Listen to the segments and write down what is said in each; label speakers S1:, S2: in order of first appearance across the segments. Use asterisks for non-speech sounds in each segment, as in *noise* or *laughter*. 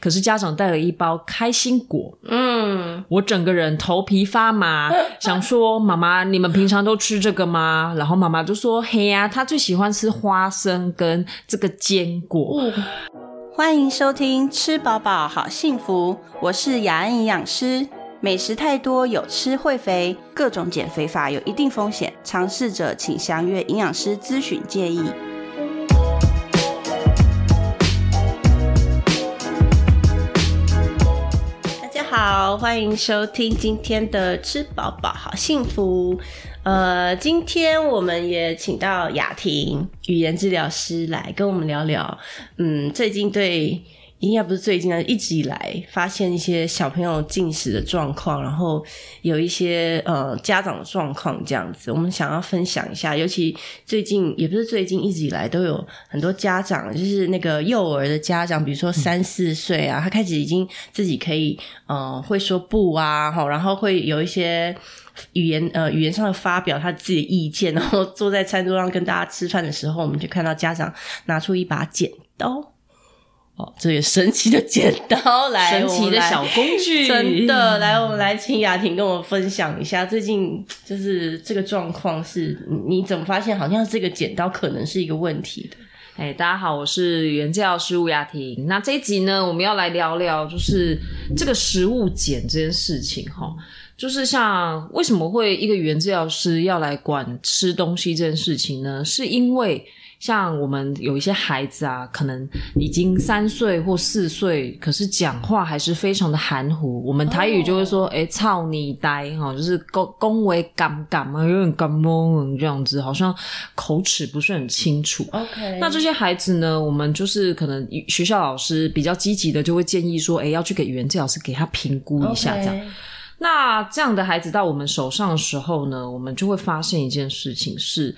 S1: 可是家长带了一包开心果，
S2: 嗯，
S1: 我整个人头皮发
S2: *laughs*
S1: 麻，想说妈妈，你们平常都吃这个吗？然后妈妈就说嘿呀、她最喜欢吃花生跟这个坚果。
S2: 哦欢迎收听《吃饱饱好幸福》，我是雅安营养师。美食太多有吃会肥，各种减肥法有一定风险，尝试者请详阅营养师咨询建议。大家好，欢迎收听今天的《吃饱饱好幸福》。呃，今天我们也请到雅婷语言治疗师来跟我们聊聊，嗯，最近对。应该不是最近啊，一直以来发现一些小朋友进食的状况，然后有一些呃家长的状况这样子，我们想要分享一下。尤其最近也不是最近，一直以来都有很多家长，就是那个幼儿的家长，比如说三四岁啊，他开始已经自己可以呃会说不啊，吼，然后会有一些语言呃语言上的发表他自己的意见，然后坐在餐桌上跟大家吃饭的时候，我们就看到家长拿出一把剪刀。哦，这个神奇的剪刀来，
S1: 神
S2: 哎我
S1: 奇
S2: 们
S1: 的
S2: 来
S1: 小工具，
S2: *laughs* 真的，来，我们来请雅婷跟我分享一下，最近就是这个状况是，你你怎么发现好像这个剪刀可能是一个问题的？
S1: 哎，大家好，我是原教师吴雅婷。那这一集呢，我们要来聊聊，就是这个食物检这件事情哈。就是像为什么会一个语言治疗师要来管吃东西这件事情呢？是因为像我们有一些孩子啊，可能已经三岁或四岁，可是讲话还是非常的含糊。我们台语就会说：“哎、操你呆！”哈，就是恭恭维感感嘛，有点感懵这样子，好像口齿不是很清楚。
S2: OK，
S1: 那这些孩子呢，我们就是可能学校老师比较积极的，就会建议说，哎、要去给语言治疗师给他评估一下这样。那这样的孩子到我们手上的时候呢，我们就会发现一件事情是，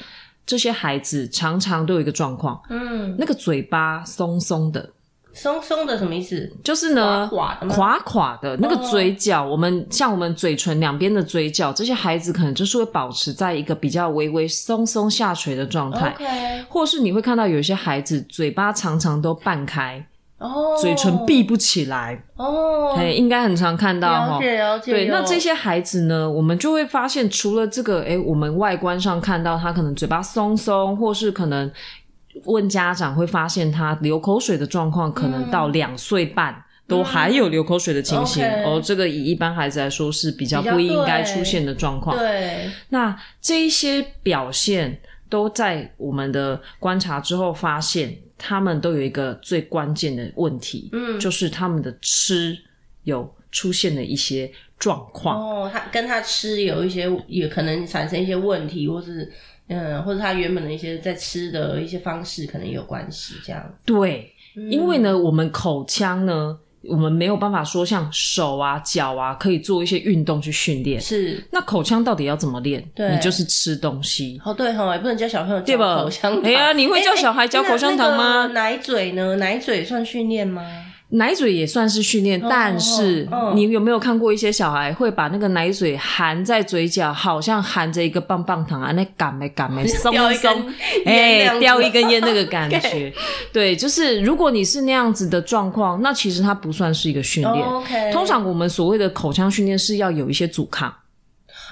S1: 这些孩子常常都有一个状况，
S2: 嗯，
S1: 那个嘴巴松松的，
S2: 松松的什么意思？哦
S1: 就是呢
S2: 垮垮的吗
S1: 垮垮的那个嘴角，我们像我们嘴唇两边的嘴角，这些孩子可能就是会保持在一个比较微微松松下垂的状态。
S2: OK，
S1: 或是你会看到有一些孩子嘴巴常常都半开，
S2: 哦，
S1: 嘴唇闭不起来，
S2: 哦，
S1: 哎、应该很常看到
S2: 了
S1: 哈。
S2: 解了解。
S1: 对，那
S2: 有
S1: 这些孩子呢，我们就会发现，除了这个，哎、我们外观上看到他可能嘴巴松松，或是可能问家长会发现他流口水的状况，可能到两岁半。都还有流口水的情形、
S2: 嗯 OK
S1: 哦，这个以一般孩子来说是比较
S2: 比较
S1: 不应该
S2: 对
S1: 出现的状况。
S2: 对，
S1: 那这一些表现都在我们的观察之后发现，他们都有一个最关键的问题，
S2: 嗯，
S1: 就是他们的吃有出现了一些状况。
S2: 哦，他跟他吃有一些也可能产生一些问题，或是。嗯，或者他原本的一些在吃的一些方式可能有关系，这样。
S1: 对，
S2: 嗯
S1: 因为呢，我们口腔呢，我们没有办法说像手啊、脚啊，可以做一些运动去训练。
S2: 是
S1: 那口腔到底要怎么练？
S2: 对
S1: 你就是吃东西。
S2: 哦，对哈，也不能教小朋友
S1: 对
S2: 嚼
S1: 吧
S2: 口香糖。哎
S1: 哎呀你会教小孩嚼口香糖吗
S2: 嗯那那个奶嘴呢？奶嘴算训练吗？
S1: 奶嘴也算是训练，
S2: 哦
S1: 但是
S2: 哦
S1: 你有没有看过一些小孩会把那个奶嘴含在嘴角，好像含着一个棒棒糖啊，那赶没赶
S2: *laughs*
S1: 没松
S2: 叼一根
S1: 松，
S2: 烟那
S1: 哎，
S2: 样子
S1: 叼一根烟那个感
S2: *laughs*
S1: 觉。对，就是如果你是那样子的状况，那其实它不算是一个训练。
S2: 哦 OK，
S1: 通常我们所谓的口腔训练是要有一些阻抗，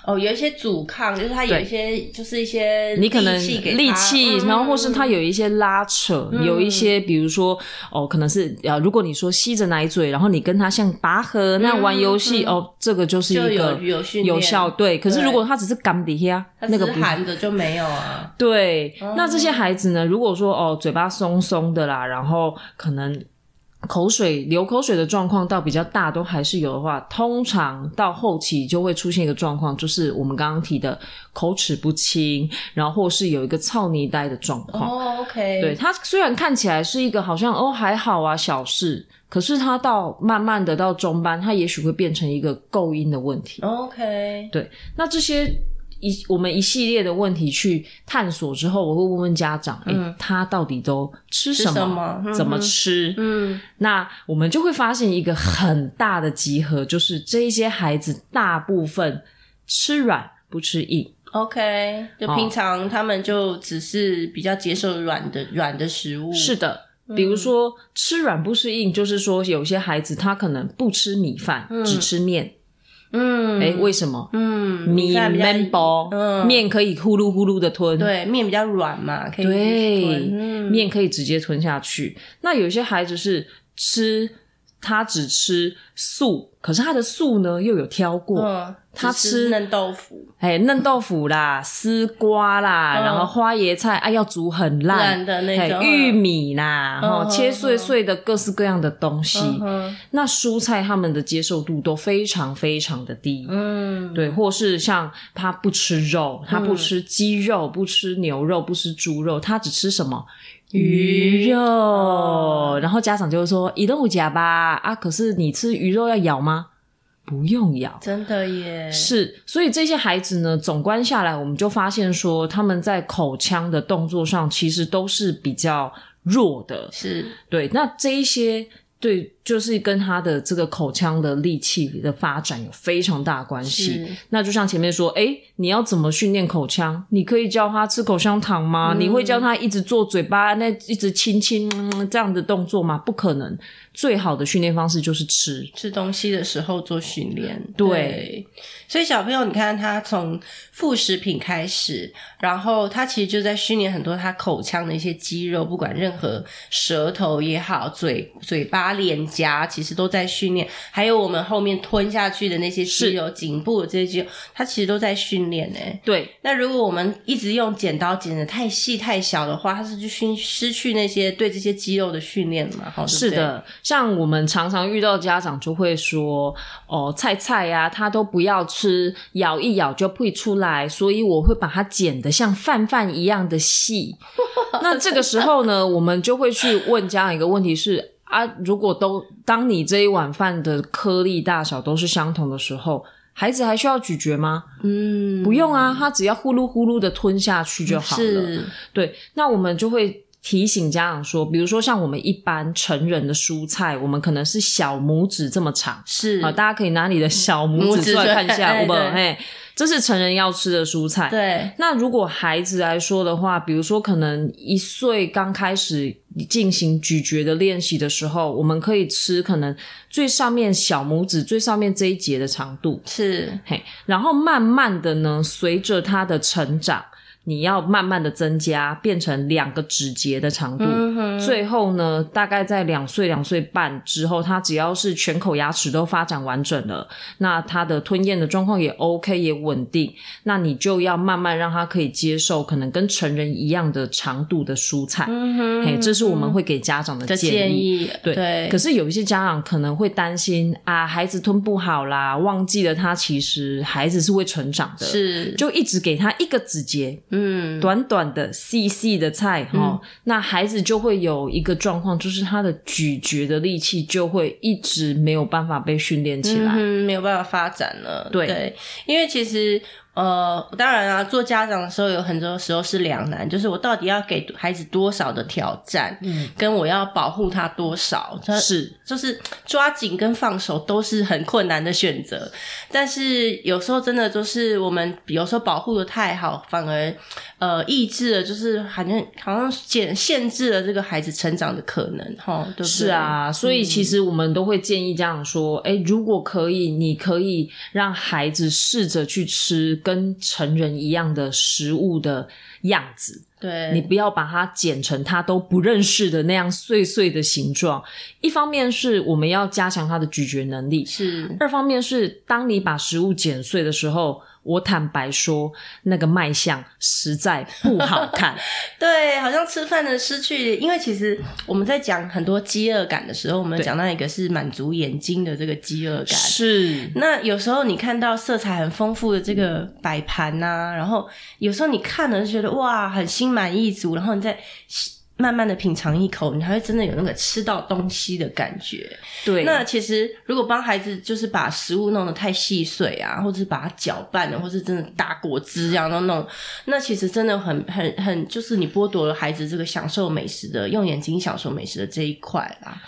S2: 哦，有一些阻抗，就是他有一些，就是一些
S1: 你可能
S2: 力气给他
S1: 力气，
S2: 嗯
S1: 然后或是它有一些拉扯，
S2: 嗯
S1: 有一些比如说哦，可能是呃，如果你说吸着奶嘴，然后你跟它像拔河那样玩游戏，
S2: 嗯嗯
S1: 哦，这个就是
S2: 就
S1: 一
S2: 有
S1: 个
S2: 有训练
S1: 有效，对。可是
S2: 对
S1: 如果它只是干底下
S2: 他
S1: 那个
S2: 只是
S1: 不
S2: 含着就没有啊。
S1: 对，
S2: 哦
S1: 那这些孩子呢，如果说哦嘴巴松松的啦，然后可能。口水流口水的状况到比较大都还是有的话，通常到后期就会出现一个状况，就是我们刚刚提的口齿不清，然后或是有一个操泥呆的状况。
S2: 哦，OK，
S1: 对，它虽然看起来是一个好像哦还好啊小事，可是它到慢慢的到中班，它也许会变成一个构音的问题。哎
S2: ，OK，
S1: 那这些一我们一系列的问题去探索之后，我会问问家长，诶
S2: 嗯
S1: 他到底都吃
S2: 吃
S1: 什么？
S2: 什么嗯
S1: 怎么
S2: 哼
S1: 吃？
S2: 嗯，
S1: 那我们就会发现一个很大的集合，就是这一些孩子大部分吃软不吃硬。
S2: OK，就
S1: 哦
S2: 平常他们就只是比较接受软的软的食物，
S1: 是的，
S2: 嗯
S1: 比如说吃软不吃硬，就是说有些孩子他可能不吃米饭，只吃面。
S2: 嗯，
S1: 哎、为什么？
S2: 嗯，
S1: 米
S2: 饭比较
S1: 面包，
S2: 嗯
S1: 面可以呼噜呼噜的吞，
S2: 对面比较软嘛，可以
S1: 对
S2: 一直吞嗯
S1: 面可以直接吞下去。那有些孩子是吃，他只吃素，可是他的素呢又有挑过，
S2: 嗯，
S1: 他
S2: 只
S1: 吃
S2: 嫩豆腐，
S1: 哎，嫩豆腐啦，丝瓜啦，
S2: 嗯
S1: 然后花椰菜，哎，要煮很烂
S2: 烂的那种
S1: 哎玉米啦，
S2: 嗯
S1: 哦，
S2: 嗯
S1: 切碎碎的各式各样的东西。
S2: 嗯哼
S1: 那蔬菜他们的接受度都非常非常的低，
S2: 嗯，
S1: 对，或是像他不吃肉，他不吃鸡肉，不吃牛肉，不吃猪肉，他只吃什么？鱼
S2: 鱼
S1: 肉，
S2: 哦
S1: 然后家长就会说：“移动五夹吧，啊，可是你吃鱼肉要咬吗？不用咬，
S2: 真的耶，
S1: 是，所以这些孩子呢，总观下来，我们就发现说，他们在口腔的动作上其实都是比较弱的。
S2: 是，
S1: 对，那这一些对，就是跟他的这个口腔的力气的发展有非常大关系。
S2: 是
S1: 那就像前面说，诶，你要怎么训练口腔？你可以教他吃口香糖吗？你会教他一直做嘴巴那一直亲亲、嗯这样的动作吗？不可能。最好的训练方式就是吃。
S2: 吃东西的时候做训练，
S1: 哦对
S2: 所以小朋友，你看他从副食品开始，然后他其实就在训练很多他口腔的一些肌肉，不管任何舌头也好，嘴、嘴巴、脸颊，其实都在训练。还有我们后面吞下去的那些肌肉，颈部的这些肌肉，他其实都在训练呢、
S1: 对，
S2: 那如果我们一直用剪刀剪的太细太小的话，它是就训失去那些对这些肌肉的训练嘛？哈，对不
S1: 是
S2: 对，
S1: 的，像我们常常遇到家长就会说，哦，菜菜呀、他都不要吃，咬一咬就配出来，所以我会把它剪得像饭饭一样的
S2: *laughs*
S1: 细。那这个时候呢，我们就会去问家长一个问题是。啊，如果都当你这一碗饭的颗粒大小都是相同的时候，孩子还需要咀嚼吗？
S2: 嗯，
S1: 不用啊，他只要呼噜呼噜的吞下去就好了。
S2: 是。
S1: 对，那我们就会提醒家长说，比如说像我们一般成人的蔬菜，我们可能是小拇指这么长。
S2: 是
S1: 好，大家可以拿你的小拇
S2: 拇
S1: 指
S2: 指
S1: 出来
S2: 出来
S1: 看一下，
S2: 哎
S1: 好不好？
S2: 对
S1: 嘿，这是成人要吃的蔬菜。
S2: 对，
S1: 那如果孩子来说的话，比如说可能一岁刚开始进行咀嚼的练习的时候，我们可以吃可能最上面小拇指最上面这一节的长度，
S2: 是
S1: 嘿，然后慢慢的呢，随着它的成长，你要慢慢的增加，变成两个指节的长度。
S2: 哼
S1: 嗯最后呢，大概在两岁、两岁半之后，它只要是全口牙齿都发展完整了，那它的吞咽的状况也 OK，也稳定，那你就要慢慢让它可以接受可能跟成人一样的长度的蔬菜。
S2: 嗯哼
S1: 嘿，这是我们会给家长的
S2: 的建议，
S1: 对，
S2: 对，
S1: 可是有一些家长可能会担心啊，孩子吞不好啦，忘记了他其实孩子是会成长的，
S2: 是
S1: 就一直给他一个指节，
S2: 嗯，
S1: 短短的细细的菜哈、齁那孩子就会有一个状况，就是他的咀嚼的力气就会一直没有办法被训练起
S2: 嗯
S1: 来。
S2: 哼，没有办法发展了，
S1: 对
S2: 因为其实。呃，当然啊，做家长的时候有很多时候是两难，就是我到底要给孩子多少的挑战，
S1: 嗯，
S2: 跟我要保护他多少，他
S1: 是
S2: 就是抓紧跟放手都是很困难的选择，但是有时候真的就是我们有时候保护的太好，反而呃抑制了，就是好像好像限限制了这个孩子成长的可能，哈，对不对？
S1: 是，啊，所以其实我们都会建议家长说，哎、如果可以，你可以让孩子试着去吃跟成人一样的食物的样子。
S2: 对，
S1: 你不要把它剪成他都不认识的那样碎碎的形状。一方面是我们要加强他的咀嚼能力，
S2: 是
S1: 二方面是当你把食物剪碎的时候，我坦白说，那个卖相实在不好
S2: *laughs*
S1: 看。
S2: 对，好像吃饭的失去，因为其实我们在讲很多饥饿感的时候，我们
S1: 对
S2: 讲到一个是满足眼睛的这个饥饿感，
S1: 是，
S2: 那有时候你看到色彩很丰富的这个摆盘呐，然后有时候你看了就觉得哇，很心满意足，然后你再慢慢的品尝一口，你还会真的有那个吃到东西的感觉。
S1: 对，
S2: 那哦其实如果帮孩子就是把食物弄得太细碎啊，或者是把它搅拌了，或是真的打果汁这样都弄，那其实真的很很很，就是你剥夺了孩子这个享受美食的用眼睛享受美食的这一块啦。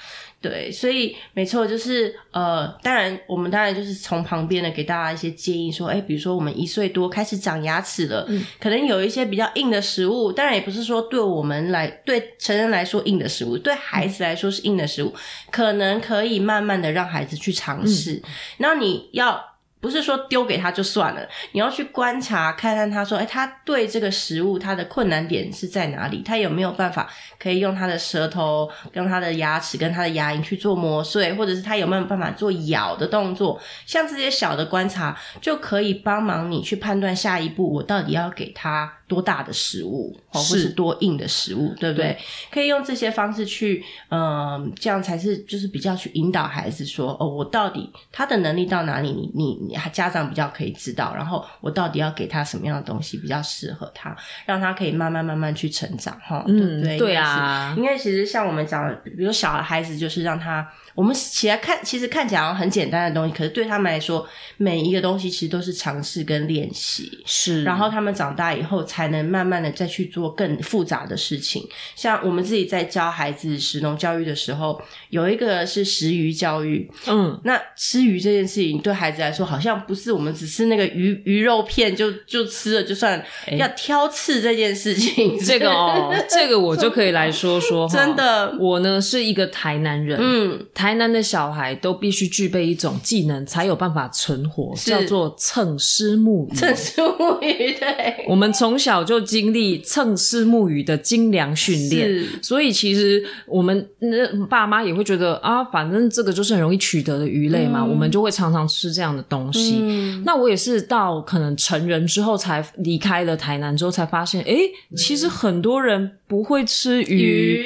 S2: 对，所以没错，就是呃，当然我们当然就是从旁边的给大家一些建议，说，哎，比如说我们一岁多开始长牙齿了，
S1: 嗯
S2: 可能有一些比较硬的食物，当然也不是说对我们来对成人来说硬的食物，对孩子来说是硬的食物，可能可以慢慢的让孩子去尝试。那、你要。不是说丢给他就算了，你要去观察看看他说，哎、他对这个食物他的困难点是在哪里？他有没有办法可以用他的舌头、用他的牙齿、跟他的牙龈去做磨碎，或者是他有没有办法做咬的动作？像这些小的观察，就可以帮忙你去判断下一步我到底要给他多大的食物，哦，或
S1: 是
S2: 是多硬的食物，对不对？
S1: 对
S2: 可以用这些方式去，嗯、这样才是就是比较去引导孩子说，哦，我到底他的能力到哪里？你你你，家长比较可以知道，然后我到底要给他什么样的东西比较适合他，让他可以慢慢慢慢去成长，哈、对不
S1: 嗯，
S2: 对？
S1: 对，啊，
S2: 因为其实像我们讲的，比如小孩子，就是让他我们起来看，其实看起来好像很简单的东西，可是对他们来说，每一个东西其实都是尝试跟练习。
S1: 是，
S2: 然后他们长大以后，才能慢慢的再去做更复杂的事情。像我们自己在教孩子食农教育的时候，有一个是食鱼教育。
S1: 嗯，
S2: 那吃鱼这件事情对孩子来说，好像不是我们只吃那个鱼鱼肉片就就吃了就算了，
S1: 哎
S2: 要挑刺这件
S1: *laughs*
S2: 事情，
S1: 这个哦，这个我就可以来说说哈，
S2: *laughs* 真的
S1: 我呢是一个台南人，
S2: 嗯，
S1: 台南的小孩都必须具备一种技能，才有办法存活，
S2: 是
S1: 叫做蹭虱目鱼。
S2: 这是无语对。
S1: 我们从小就经历蹭虱目鱼的精良训练，
S2: 是
S1: 所以其实我们那爸妈也会觉得啊，反正这个就是很容易取得的鱼类嘛，
S2: 嗯
S1: 我们就会常常吃这样的东西。
S2: 嗯
S1: 那我也是到可能成人之后才离开了台南之后才发现，诶，其实很多人不会吃鱼。
S2: 嗯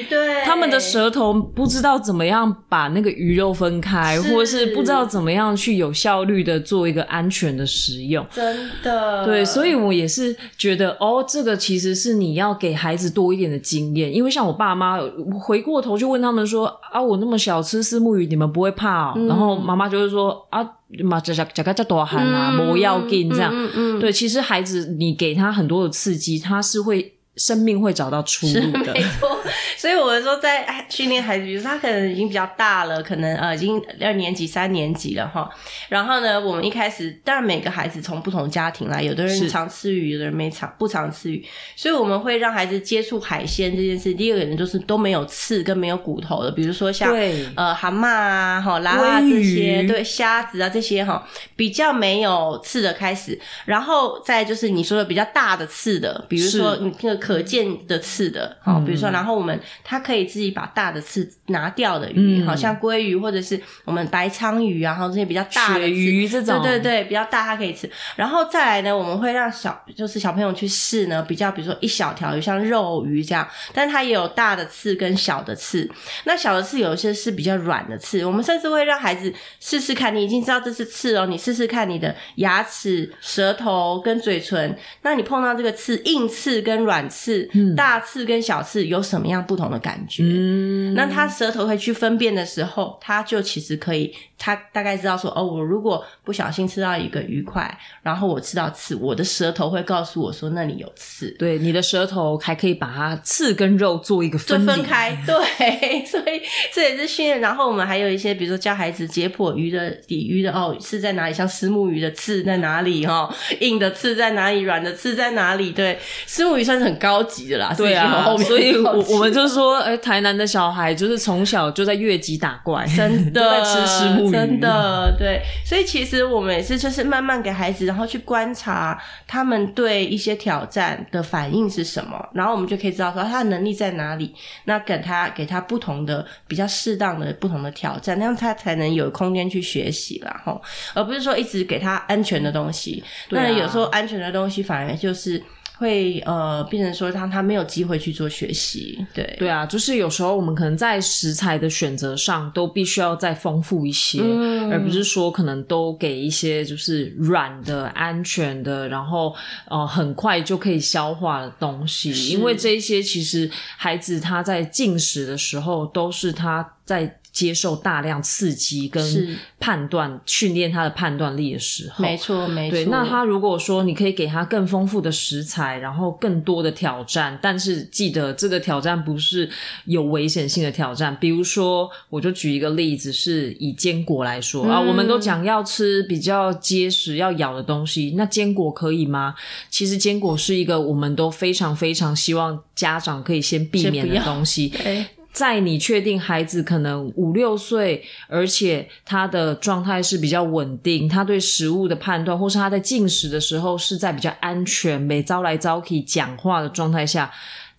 S2: 鱼对
S1: 他们的舌头不知道怎么样把那个鱼肉分开，
S2: 是
S1: 或是不知道怎么样去有效率的做一个安全的食用。
S2: 真的
S1: 对，所
S2: 以
S1: 以我也是觉得，哦，这个其实是你要给孩子多一点的经验，因为像我爸妈我回过头去问他们说，啊，我那么小吃丝木鱼，你们不会怕哦？
S2: 嗯
S1: 然后妈妈就会说，啊，嘛，这这这个叫多喊啊，不要紧这样。
S2: 嗯嗯，嗯
S1: 对，其实孩子你给他很多的刺激，他是会生命会找到出路的
S2: 没。错， *laughs* 所以我说在训练孩子，比如说他可能已经比较大了，可能呃已经二年级、三年级了哈。然后呢，我们一开始，当然每个孩子从不同家庭来，有的人
S1: 是
S2: 常吃鱼，有的人没常不常吃鱼，所以我们会让孩子接触海鲜这件事。第二个人就是都没有刺跟没有骨头的，比如说像
S1: 对
S2: 呃蛤蟆啊、哈拉拉
S1: 嗯鲑
S2: 这
S1: 鱼
S2: 些，对虾子啊这些哈，比较没有刺的开始，然后再就是你说的比较大的刺的，比如说
S1: 是
S2: 你那个可见的刺的，哈、
S1: 嗯
S2: 比如说，然后我们它可以自己把大的刺拿掉的鱼，
S1: 嗯
S2: 好、像鲑鱼或者是我们白鲳鱼啊，然后这些比较大的
S1: 鳕
S2: 刺
S1: 鱼这种，
S2: 对对对，比较大它可以吃。然后再来呢，我们会让小就是小朋友去试呢，比较比如说一小条鱼，像肉鱼这样，但它也有大的刺跟小的刺。那小的刺有一些是比较软的刺，我们甚至会让孩子试试看。你已经知道这是刺哦，你试试看你的牙齿、舌头跟嘴唇，那你碰到这个刺，硬刺跟软刺、
S1: 嗯
S2: 大刺跟小刺有什么样不同的感觉？
S1: 嗯，
S2: 那他舌头会去分辨的时候，他就其实可以，他大概知道说，哦，我如果不小心吃到一个鱼块，然后我吃到刺，我的舌头会告诉我说那里有刺，
S1: 对你的舌头还可以把它刺跟肉做一个
S2: 就
S1: 分
S2: 分
S1: 离
S2: 开。 *laughs* 对，所以这也是训练。然后我们还有一些，比如说教孩子解剖鱼的底鱼的哦刺在哪里，像丝木鱼的刺在哪里哦，硬的刺在哪里，软的刺在哪里。对，丝木鱼算是很高级的啦，
S1: 对
S2: 是已经很
S1: 啊
S2: 后，面
S1: 所以
S2: 的高
S1: 我
S2: 级
S1: 我们就说，哎、台南的小孩就是从小就在越级打
S2: *laughs*
S1: 怪，
S2: 真
S1: 都在
S2: 的
S1: 吃石目鱼，
S2: 真，的对。所以其实我们也是，就是慢慢给孩子，然后去观察他们对一些挑战的反应是什么，然后我们就可以知道说他的能力在哪里，那给他给他不同的比较适当的不同的挑战，那样他才能有空间去学习啦，吼，而不是说一直给他安全的东西。
S1: 对啊
S2: 那有时候安全的东西反而就是。会呃，变成说让他没有机会去做学习，对，
S1: 对啊，就是有时候我们可能在食材的选择上都必须要再丰富一些，
S2: 嗯
S1: 而不是说可能都给一些就是软的、安全的，然后呃很快就可以消化的东西，
S2: 是
S1: 因为这一些其实孩子他在进食的时候都是他在。接受大量刺激跟
S2: 是
S1: 判断，训练他的判断力的时候，
S2: 没错没错。
S1: 对，那他如果说你可以给他更丰富的食材，然后更多的挑战，但是记得这个挑战不是有危险性的挑战。比如说，我就举一个例子，是以坚果来说、啊，
S2: 嗯
S1: 我们都讲要吃比较结实、要咬的东西，那坚果可以吗？其实坚果是一个我们都非常非常希望家长可以先避
S2: 先
S1: 免
S2: 不
S1: 的
S2: 要
S1: 东西。
S2: 对
S1: 在你确定孩子可能五六岁，而且他的状态是比较稳定，他对食物的判断，或是他在进食的时候是在比较安全、没招来招去讲话的状态下，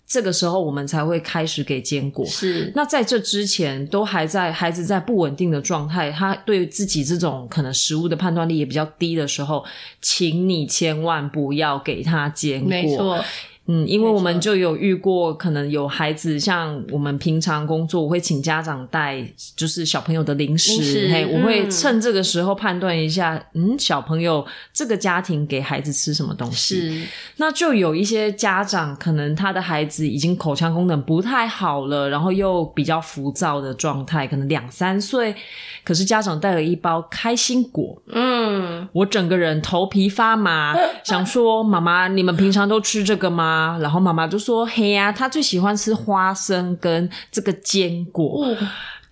S1: 这个时候我们才会开始给坚果。
S2: 是
S1: 那在这之前，都还在孩子在不稳定的状态，他对自己这种可能食物的判断力也比较低的时候，请你千万不要给他坚果。
S2: 没错，
S1: 嗯，因为
S2: 没
S1: 我们
S2: 错
S1: 就有遇过，可能有孩子像我们平常工作，我会请家长带就是小朋友的零食，
S2: 零食
S1: 嘿，我会
S2: 嗯
S1: 趁这个时候判断一下，嗯，小朋友这个家庭给孩子吃什么东西，
S2: 是
S1: 那就有一些家长，可能他的孩子已经口腔功能不太好了，然后又比较浮躁的状态，可能两三岁，可是家长带了一包开心果，
S2: 嗯，
S1: 我整个人头皮发
S2: *laughs*
S1: 麻，想说妈妈，你们平常都吃这个吗？然后妈妈就说：嘿呀、她最喜欢吃花生跟这个坚果，
S2: 哦，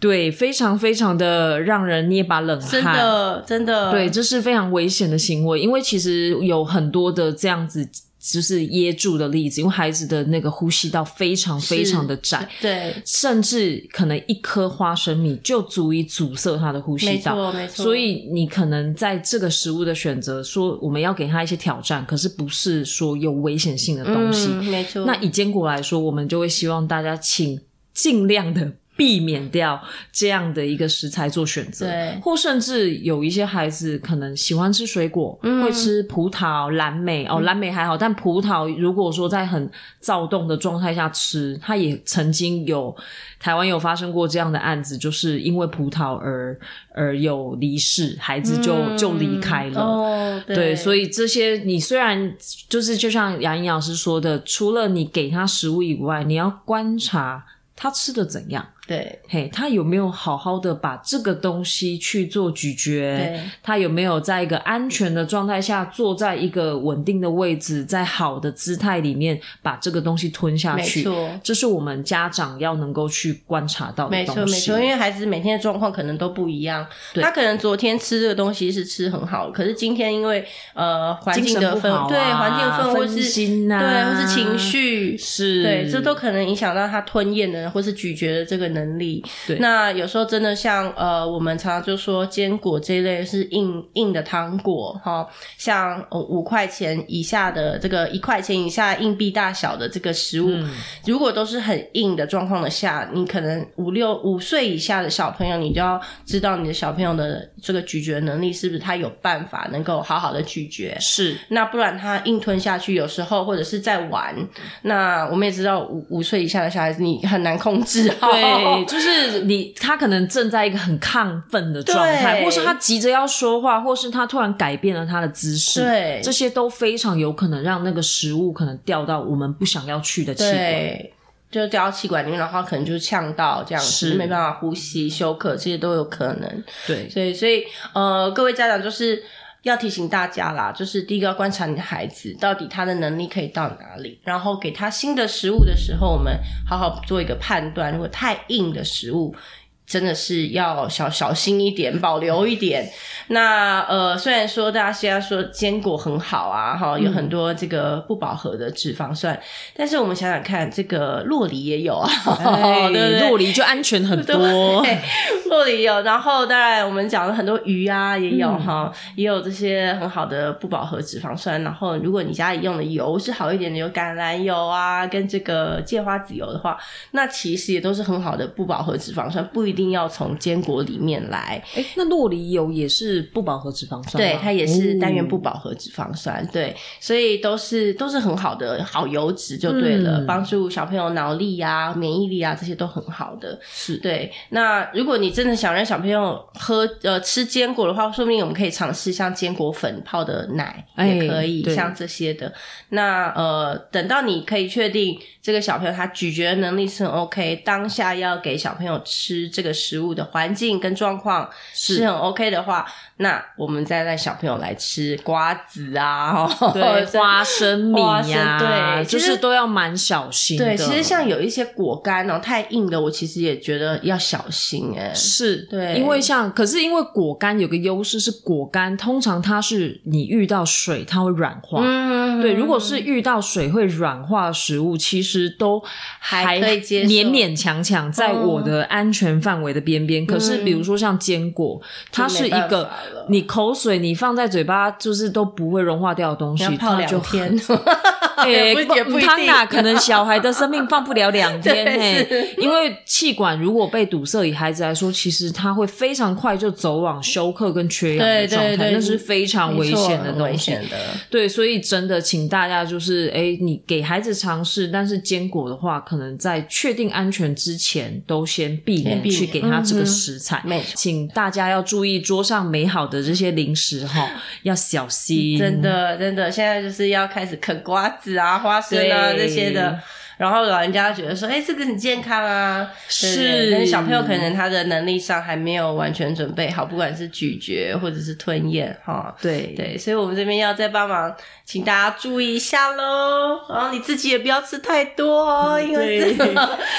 S1: 对，非常非常的让人捏把冷汗。
S2: 真的真的
S1: 对，这是非常危险的行为，因为其实有很多的这样子就是噎住的例子，因为孩子的那个呼吸道非常非常的窄，
S2: 对，
S1: 甚至可能一颗花生米就足以阻塞他的呼吸
S2: 没
S1: 道。
S2: 错没错，
S1: 所以你可能在这个食物的选择，说我们要给他一些挑战，可是不是说有危险性的东西。
S2: 嗯、没错，
S1: 那以坚果来说，我们就会希望大家请尽量的避免掉这样的一个食材做选择，
S2: 对
S1: 或甚至有一些孩子可能喜欢吃水果，
S2: 嗯
S1: 会吃葡萄、蓝莓哦，蓝莓还好，但葡萄如果说在很躁动的状态下吃，它也曾经有台湾有发生过这样的案子，就是因为葡萄而而有离世，孩子就、就离开了。
S2: 嗯哦、对
S1: 对，所
S2: 以
S1: 以这些你虽然就是就像雅英老师说的，除了你给他食物以外，你要观察他吃的怎样，
S2: 对
S1: 嘿，他有没有好好的把这个东西去做咀嚼，
S2: 对
S1: 他有没有在一个安全的状态下，坐在一个稳定的位置，在好的姿态里面把这个东西吞下
S2: 没
S1: 去。
S2: 错。
S1: 这是我们家长要能够去观察到的
S2: 没
S1: 东
S2: 错，没
S1: 西。
S2: 错，因为孩子每天的状况可能都不一样。
S1: 对
S2: 他可能昨天吃这个东西是吃很好，可是今天因为呃环境
S1: 精
S2: 的
S1: 神不
S2: 氛、
S1: 好啊
S2: 对环境氛围或
S1: 分
S2: 是
S1: 心啊
S2: 对或是情绪
S1: 是
S2: 对，这都可能影响到他吞咽的或是咀嚼的这个能力。
S1: 对
S2: 那有时候真的像呃，我们常常就说坚果这一类是硬硬的糖果哈、像呃五块钱以下的这个一块钱以下硬币大小的这个食物，
S1: 嗯
S2: 如果都是很硬的状况的下，你可能五六五岁以下的小朋友，你就要知道你的小朋友的这个咀嚼能力是不是他有办法能够好好的咀嚼。
S1: 是
S2: 那不然他硬吞下去，有时候或者是在玩。那我们也知道五五岁以下的小孩子，你很难控制好。哦
S1: 对，就是你，他可能正在一个很亢奋的状态，
S2: 对
S1: 或是他急着要说话，或是他突然改变了他的姿势，
S2: 对
S1: 这些都非常有可能让那个食物可能掉到我们不想要去的器官。
S2: 对，就掉到气管里面的话，可能就呛到这样
S1: 是
S2: 子，没办法呼吸、休克，这些都有可能。
S1: 对，
S2: 所以，所以呃，各位家长就是要提醒大家啦，就是第一个要观察你的孩子到底他的能力可以到哪里，然后给他新的食物的时候，我们好好做一个判断。如果太硬的食物，真的是要小小心一点，保留一点。那呃，虽然说大家现在说坚果很好啊，哈，
S1: 嗯
S2: 有很多这个不饱和的脂肪酸，但是我们想想看，这个洛梨也有啊，
S1: 哎
S2: *laughs* 对不对？
S1: 洛梨就安全很多。
S2: 对，洛里有，然后当然我们讲了很多鱼啊，也有
S1: 嗯
S2: 哈、也有这些很好的不饱和脂肪酸。然后如果你家里用的油是好一点的，有橄榄油啊，跟这个芥花籽油的话，那其实也都是很好的不饱和脂肪酸，不一定要从坚果里面来。
S1: 哎，那洛梨油也是不饱和脂肪酸吗，
S2: 对，它也是单元不
S1: 哦
S2: 饱和脂肪酸，对，所以都是都是很好的好油脂就对了，
S1: 嗯
S2: 帮助小朋友脑力啊、免疫力啊这些都很好的。
S1: 是
S2: 对，那如果你真的想让小朋友喝呃吃坚果的话，说不定我们可以尝试像坚果粉泡的奶
S1: 哎
S2: 也可以，
S1: 对
S2: 像这些的。那呃，等到你可以确定这个小朋友他咀嚼能力是很 OK，当下要给小朋友吃这这个食物的环境跟状况
S1: 是
S2: 是很 OK 的话，那我们再带小朋友来吃瓜子啊， *laughs*
S1: 对，花生米
S2: 花生
S1: 呀、
S2: 对
S1: 就
S2: 其实
S1: 是都要蛮小心的。
S2: 对，其实像有一些果干哦，太硬的，我其实也觉得要小心哎、
S1: 是
S2: 对
S1: 因为像可是因为果干有个优势是果干通常它是你遇到水它会软化。
S2: 嗯
S1: 哦对，如果是遇到水会软化的食物，其实都还
S2: 还可以接受
S1: 勉勉强强在我的安全范围的边边。可是比如说像坚果，它是一
S2: 嗯没办法
S1: 个
S2: 了
S1: 你口水你放在嘴巴就是都不会融化掉的东西
S2: 要，泡
S1: 它就
S2: 两
S1: 很
S2: 天，
S1: *laughs* 诶、
S2: *laughs* 也不也不一
S1: 汤
S2: 定
S1: 啊，可能小孩的生命放不了两
S2: *laughs*
S1: 天呢、
S2: 对是
S1: 因为气管如果被堵塞，以孩子来说，其实他会非常快就走往休克跟缺氧的
S2: 对
S1: 状态，
S2: 对对，
S1: 那是非常危
S2: 没错
S1: 险的
S2: 很
S1: 东
S2: 危
S1: 西。
S2: 险的。
S1: 对，所以真的，请大家就是，哎，你给孩子尝试，但是坚果的话，可能在确定安全之前，都先避免
S2: 避免
S1: 去给他这
S2: 嗯
S1: 个
S2: 哼
S1: 食材。
S2: 没错
S1: 请大家要注意桌上美好的这些零食哈、要小心。
S2: 真的，真的，现在就是要开始啃瓜子啊、花生啊
S1: 对
S2: 这些的，然后老人家觉得说，哎、这个很健康啊，对对
S1: 是嗯
S2: 但是小朋友可能他的能力上还没有完全准备好，不管是咀嚼或者是吞咽哈。
S1: 对
S2: 对，所以我们这边要再帮忙，请大家注意一下喽。然后你自己也不要吃太多哦，因为是
S1: 嗯
S2: *laughs*
S1: 对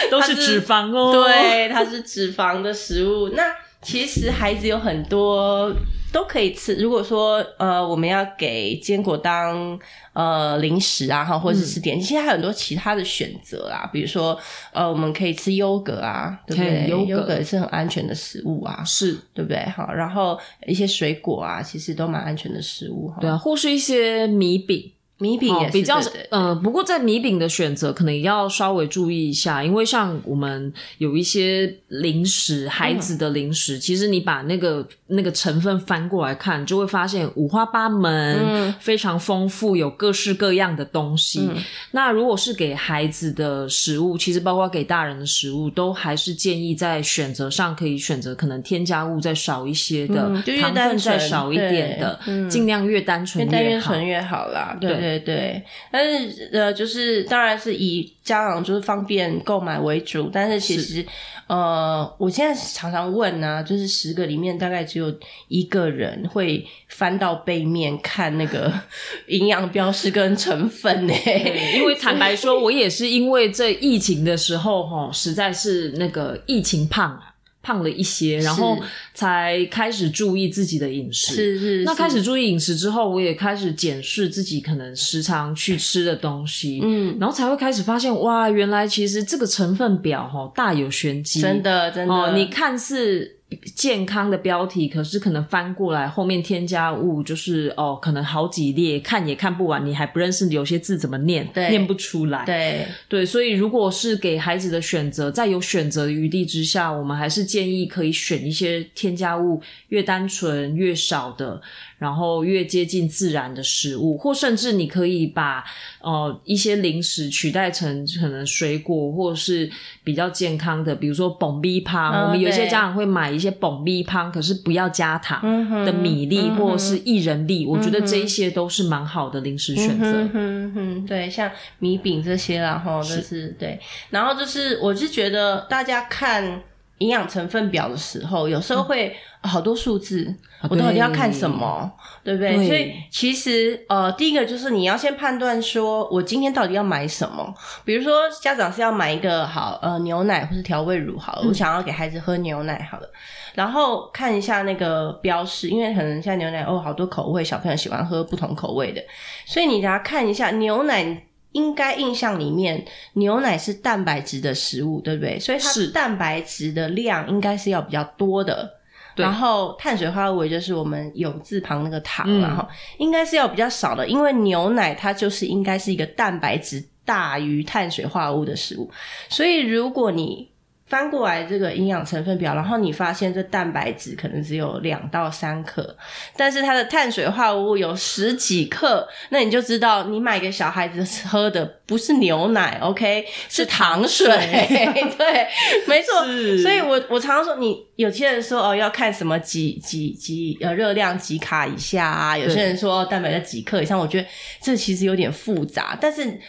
S1: 都
S2: 它
S1: 是脂肪哦。
S2: 对，它是脂肪的食物。那其实孩子有很多都可以吃。如果说呃，我们要给坚果当呃零食啊，哈，或者
S1: 嗯
S2: 是点心，现在还有很多其他的选择啦，比如说呃，我们可以吃优格啊，对不
S1: 可以
S2: 对？
S1: 优格
S2: 优格也是很安全的食物啊，
S1: 是，
S2: 对不对？好，然后一些水果啊，其实都蛮安全的食物哈。
S1: 对啊，或是一些米饼。
S2: 米饼也
S1: 哦
S2: 是、、
S1: 比较
S2: 对对
S1: 呃，不过在米饼的选择可能也要稍微注意一下，因为像我们有一些零食，孩
S2: 嗯
S1: 子的零食，其实你把那个那个成分翻过来看，就会发现五花八门，
S2: 嗯
S1: 非常丰富，有各式各样的东西。
S2: 嗯
S1: 那如果是给孩子的食物，其实包括给大人的食物，都还是建议在选择上可以选择可能添加物再少一些的，
S2: 嗯就越
S1: 糖
S2: 单
S1: 分再
S2: 纯
S1: 少一点
S2: 对
S1: 的，
S2: 嗯
S1: 尽量越单纯
S2: 越单越
S1: 好。
S2: 纯越好啦，对
S1: 对
S2: 对对。但是呃，就是当然是以家长就是方便购买为主，但是其实呃，我现在常常问啊，就是十个里面大概只有一个人会翻到背面看
S1: *laughs*
S2: 那个营养标识跟成分呢、
S1: 对，因为坦白说，我也是因为这疫情的时候，哈，实在是那个疫情胖啊，胖了一些，然后才开始注意自己的饮食。
S2: 是是，
S1: 那
S2: 是
S1: 开始注意饮食之后，我也开始检视自己可能时常去吃的东西，
S2: 嗯，
S1: 然后才会开始发现，哇，原来其实这个成分表哈大有玄机，
S2: 真的真的，
S1: 哦，你看似健康的标题，可是可能翻过来后面添加物就是哦，可能好几列，看也看不完，你还不认识有些字怎么念，
S2: 对
S1: 念不出来。
S2: 对
S1: 对所以如果是给孩子的选择，在有选择余地之下，我们还是建议可以选一些添加物越单纯越少的，然后越接近自然的食物，或甚至你可以把呃一些零食取代成可能水果或是比较健康的，比如说蹦米汤，
S2: 嗯
S1: 我们有一些
S2: 对
S1: 家长会买一些蹦米汤，可是不要加糖。
S2: 嗯哼
S1: 的米粒
S2: 嗯哼嗯
S1: 或者是薏仁粒，我觉得这一些都是蛮好的零食选择
S2: 嗯哼。哼哼，对，像米饼这些啦，哈，就是对。然后就是，我是觉得大家看营养成分表的时候，有时候会啊好多数字，
S1: 啊
S2: 我到底要看
S1: 对
S2: 什么，对不对？
S1: 对
S2: 所以其实呃，第一个就是你要先判断说我今天到底要买什么。比如说家长是要买一个好呃牛奶或是调味乳好了，
S1: 嗯
S2: 我想要给孩子喝牛奶好了，然后看一下那个标示，因为可能像牛奶哦好多口味，小朋友喜欢喝不同口味的，所以你给他看一下牛奶。应该印象里面，牛奶是蛋白质的食物，对不对？所以它
S1: 是
S2: 蛋白质的量应该是要比较多的。
S1: 对
S2: 然后碳水化合物就是我们有字旁那个糖
S1: 嗯
S2: 啦，然后、应该是要比较少的，因为牛奶它就是应该是一个蛋白质大于碳水化合物的食物，所以如果你翻过来这个营养成分表，然后你发现这蛋白质可能只有两到三克，但是它的碳水化合物有十几克，那你就知道你买给小孩子喝的不是牛奶，OK，是
S1: *laughs*
S2: 糖水。对，没错。
S1: 是
S2: 所以我我常常说，你有些人说哦要看什么几几几呃热量几卡以下啊，有些人说哦蛋白在几克以上，我觉得这其实有点复杂，但是。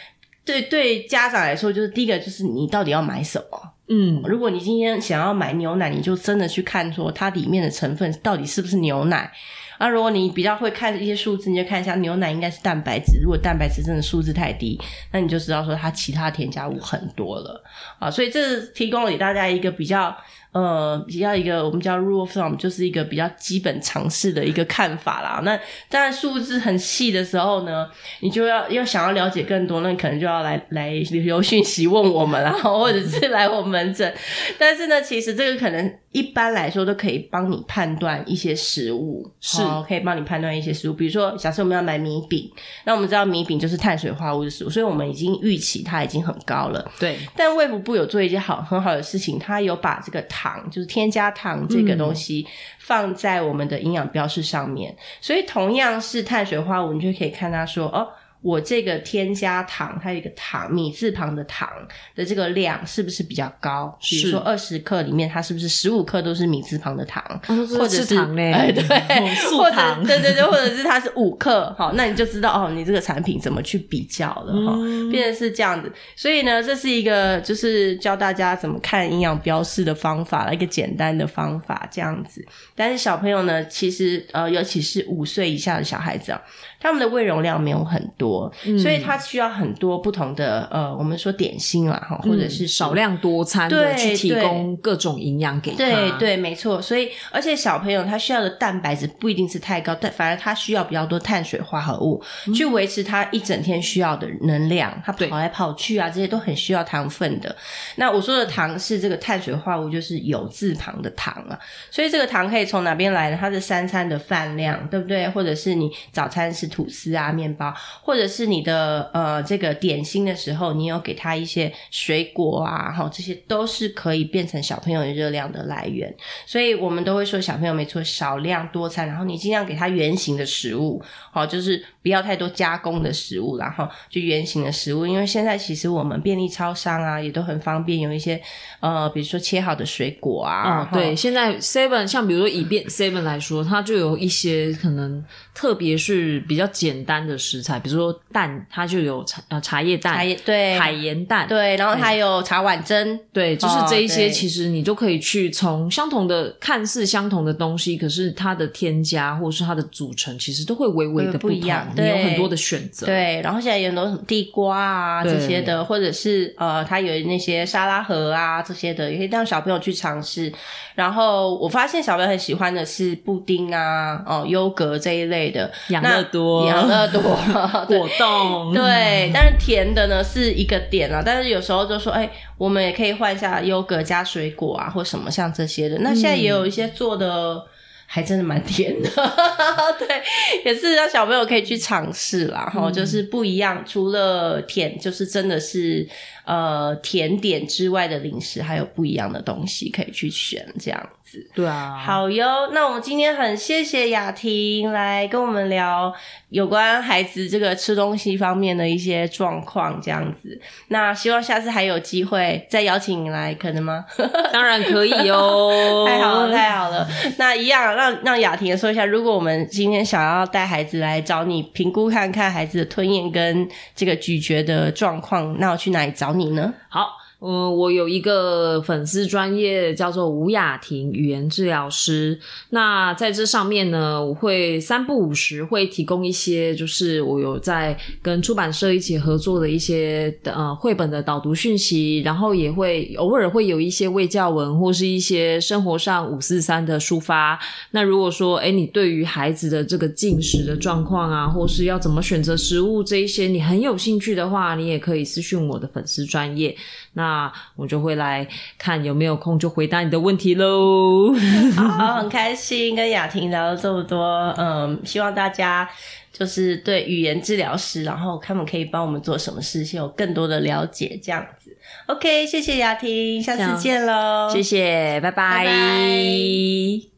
S2: 对对，家长来说，就是第一个就是你到底要买什么，
S1: 嗯，
S2: 如果你今天想要买牛奶，你就真的去看说它里面的成分到底是不是牛奶。啊，如果你比较会看一些数字，你就看一下牛奶应该是蛋白质。如果蛋白质真的数字太低，那你就知道说它其他添加物很多了啊。所以这提供了给大家一个比较呃比较一个我们叫 rule of thumb，就是一个比较基本常识的一个看法啦。那当然数字很细的时候呢，你就要要想要了解更多，那你可能就要来来留讯息问我们啦， *laughs* 或者是来我们门诊。但是呢，其实这个可能一般来说都可以帮你判断一些食物，
S1: 是
S2: 哦可以帮你判断一些食物。比如说，假设我们要买米饼，那我们知道米饼就是碳水化合物的食物，所以我们已经预期它已经很高了。
S1: 对，
S2: 但卫福部有做一件好很好的事情，它有把这个糖，就是添加糖这个东西放在我们的营养标示上面，所以同样是碳水化合物，你就可以看它说哦。我这个添加糖，它有一个糖米字旁的糖的这个量是不是比较高？比如
S1: 是
S2: 说二十克里面，它是不是十五克都是米字旁的糖？
S1: 或
S2: 或者是
S1: 糖嘞，*laughs*
S2: 哎对
S1: 哦素
S2: 或者 *laughs*
S1: 糖，
S2: 对对对，或者是它是五克，好，那你就知道哦，你这个产品怎么去比较了哈，
S1: 嗯
S2: 变成是这样子。所以呢，这是一个就是教大家怎么看营养标示的方法，一个简单的方法这样子。但是小朋友呢，其实呃，尤其是五岁以下的小孩子啊，他们的胃容量没有很多，
S1: 嗯
S2: 所以他需要很多不同的呃，我们说点心啦哈，或者是
S1: 嗯
S2: 少量。
S1: 少量多餐的
S2: 对
S1: 去提
S2: 对
S1: 供各种营养给他，
S2: 对对，没错。所以，而且小朋友他需要的蛋白质不一定是太高，但反而他需要比较多碳水化合物、去维持他一整天需要的能量。他
S1: 对
S2: 跑来跑去啊，这些都很需要糖分的。那我说的糖是这个碳水化合物，就是有字旁的糖啊。所以这个糖可以从哪边来呢？它是三餐的饭量，对不对？或者是你早餐是吐司啊、面包，或者是你的呃这个点心的时候，你有给他一些水果啊，哈，这些都是可以变成小朋友的热量的来源。所以我们都会说小朋友没错，少量多餐，然后你尽量给他原形的食物，好，就是不要太多加工的食物啦，然后就原形的食物，因为现在其实我们便利超商啊也都很方便，有一些呃比如说切好的水果啊，
S1: 哦，
S2: 哈
S1: 对，现在 Seven 像比如说以变 Seven 来说，它就有一些可能，特别是比较简单的食材，比如说蛋，它就有茶呃茶叶蛋、
S2: 茶叶对
S1: 海嗯盐蛋，
S2: 对，然后还有茶碗蒸，
S1: 对，就是这一些，
S2: 哦对
S1: 其实你就可以去从相同的看似相同的东西，可是它的添加或是它的组成，其实都会微微的
S2: 会不
S1: 同，
S2: 一样
S1: 你有
S2: 对
S1: 很多的选择，
S2: 对，然后现在有很多什么地瓜啊
S1: 对
S2: 这些的，或者是呃，它有那些沙拉盒啊这些的，也可以让小朋友去尝试。然后我发现小朋友很喜欢的是布丁啊、哦优格这一类的，
S1: 养
S2: 那
S1: 乐多、，
S2: 养乐多
S1: *laughs*
S2: 对
S1: 果冻，
S2: 对，但是甜的呢是一个点啦，但是有时候就说，哎、我们也可以换一下优格加水果啊，或什么像这些的。那现在也有一些做的。还真的蛮甜的， *laughs* 对，也是让小朋友可以去尝试啦，哈、就是不一样。除了甜，就是真的是呃甜点之外的零食，还有不一样的东西可以去选，这样子。
S1: 对啊，
S2: 好哟，那我们今天很谢谢雅婷来跟我们聊有关孩子这个吃东西方面的一些状况，这样子。那希望下次还有机会再邀请你来，可能吗？
S1: 当然可以哦，
S2: *laughs* 太
S1: *laughs*
S2: 好了，太好了。 *laughs* 那一样让让雅婷说一下，如果我们今天想要带孩子来找你评估看看孩子的吞咽跟这个咀嚼的状况，那我去哪里找你呢？
S1: 好，嗯，我有一个粉丝专业叫做吴雅婷语言治疗师。那在这上面呢，我会三不五时会提供一些，就是我有在跟出版社一起合作的一些呃绘本的导读讯息，然后也会偶尔会有一些卫教文或是一些生活上五四三的抒发。那如果说，哎，你对于孩子的这个进食的状况啊，或是要怎么选择食物这一些，你很有兴趣的话，你也可以私讯我的粉丝专业。那我就会来看有没有空就回答你的问题喽。
S2: *laughs* 好，很开心跟雅婷聊了这么多，嗯，希望大家就是对语言治疗师，然后他们可以帮我们做什么事情，有更多的了解，这样子。OK，谢谢雅婷，下
S1: 这样
S2: 次见喽，
S1: 谢谢，拜
S2: 拜拜